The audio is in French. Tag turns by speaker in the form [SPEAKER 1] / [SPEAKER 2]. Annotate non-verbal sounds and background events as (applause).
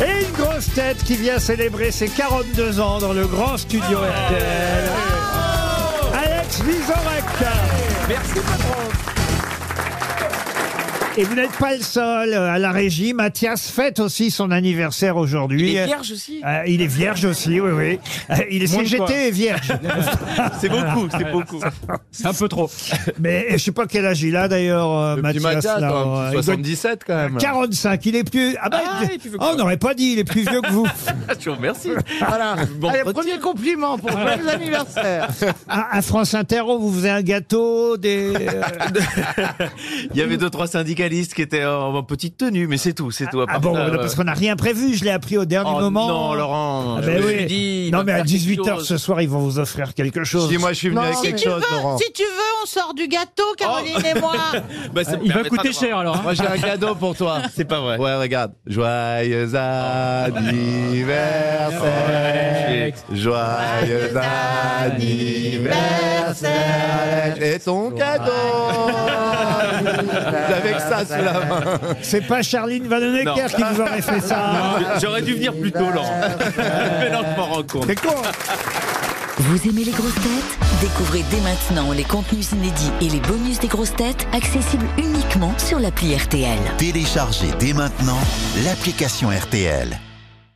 [SPEAKER 1] Et une grosse tête qui vient célébrer ses 42 ans dans le grand studio RTL. Alex Vizorek.
[SPEAKER 2] Merci patron.
[SPEAKER 1] Et vous n'êtes pas le seul euh, à la régie. Mathias fête aussi son anniversaire aujourd'hui.
[SPEAKER 2] Il est vierge aussi
[SPEAKER 1] Euh, Il est vierge aussi, oui, oui. Euh, Il est
[SPEAKER 2] Moins que toi.
[SPEAKER 1] CGT et vierge. Ah.
[SPEAKER 2] C'est beaucoup, c'est beaucoup. C'est un peu trop.
[SPEAKER 1] Mais je sais pas quel âge il a d'ailleurs, euh,
[SPEAKER 3] Le petit
[SPEAKER 1] Mathias.
[SPEAKER 3] Mathias,
[SPEAKER 1] là,
[SPEAKER 3] quand
[SPEAKER 1] euh,
[SPEAKER 3] même,
[SPEAKER 1] il doit-
[SPEAKER 3] 77 quand même.
[SPEAKER 1] 45, il est plus. Ah, bah,
[SPEAKER 2] Ah,
[SPEAKER 1] il-
[SPEAKER 2] il est plus vieux que
[SPEAKER 1] Oh, on
[SPEAKER 2] toi.
[SPEAKER 1] n'aurait pas dit, il est plus vieux
[SPEAKER 2] (laughs)
[SPEAKER 1] que vous.
[SPEAKER 3] Je vous remercie.
[SPEAKER 4] Voilà.
[SPEAKER 3] Bon
[SPEAKER 4] Allez,
[SPEAKER 3] entretien.
[SPEAKER 4] premier compliment pour les anniversaires.
[SPEAKER 1] À, à France Inter, on vous faisait un gâteau, des. euh,
[SPEAKER 3] Il y avait deux trois syndicalistes qui étaient en, en petite tenue, mais c'est tout, c'est tout. à
[SPEAKER 1] Ah
[SPEAKER 3] part
[SPEAKER 1] bon,
[SPEAKER 3] ça, ouais.
[SPEAKER 1] parce qu'on n'a rien prévu, je l'ai appris au dernier
[SPEAKER 3] euh, Oh
[SPEAKER 1] moment.
[SPEAKER 3] Non, Laurent.
[SPEAKER 1] Ah ben
[SPEAKER 3] je me
[SPEAKER 1] oui.
[SPEAKER 3] suis dit, il
[SPEAKER 1] non,
[SPEAKER 3] va
[SPEAKER 1] mais à
[SPEAKER 3] faire quelque
[SPEAKER 1] 18h
[SPEAKER 3] chose.
[SPEAKER 1] ce soir, ils vont vous offrir quelque chose.
[SPEAKER 3] Dis-moi, je suis venu
[SPEAKER 4] Non,
[SPEAKER 3] avec
[SPEAKER 4] mais-
[SPEAKER 3] quelque
[SPEAKER 5] Si tu,
[SPEAKER 3] chose,
[SPEAKER 5] veux,
[SPEAKER 3] Laurent.
[SPEAKER 5] si tu veux, on sort du gâteau, Caroline et moi.
[SPEAKER 3] Bah, ça me
[SPEAKER 2] Il va
[SPEAKER 3] permettra
[SPEAKER 2] coûter
[SPEAKER 3] d'avoir-
[SPEAKER 2] cher alors. hein.
[SPEAKER 3] Moi, j'ai un cadeau pour toi.
[SPEAKER 2] C'est pas vrai.
[SPEAKER 3] Ouais, regarde. Joyeux anniversaire. Joyeux anniversaire. Et ton cadeau. Avec ça sous la main.
[SPEAKER 1] C'est pas Charline Vanhoenacker qui vous aurait fait
[SPEAKER 3] (laughs)
[SPEAKER 1] ça.
[SPEAKER 3] (laughs) J'aurais dû venir plus tôt,
[SPEAKER 5] (laughs)
[SPEAKER 3] Laurent. Mais non, je m'en rends compte.
[SPEAKER 1] C'est con.
[SPEAKER 6] Vous aimez les grosses têtes Découvrez dès maintenant les contenus inédits et les bonus des grosses têtes accessibles uniquement sur l'appli RTL.
[SPEAKER 7] Téléchargez dès maintenant l'application RTL.